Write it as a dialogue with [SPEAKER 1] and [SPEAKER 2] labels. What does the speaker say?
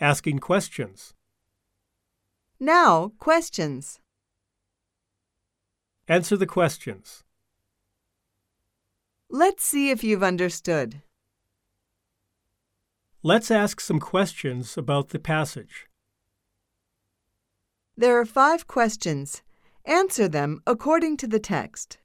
[SPEAKER 1] asking questions.
[SPEAKER 2] Now, questions.
[SPEAKER 1] Answer the questions.
[SPEAKER 2] Let's see if you've understood.
[SPEAKER 1] Let's ask some questions about the passage.
[SPEAKER 2] There are five questions. Answer them according to the text.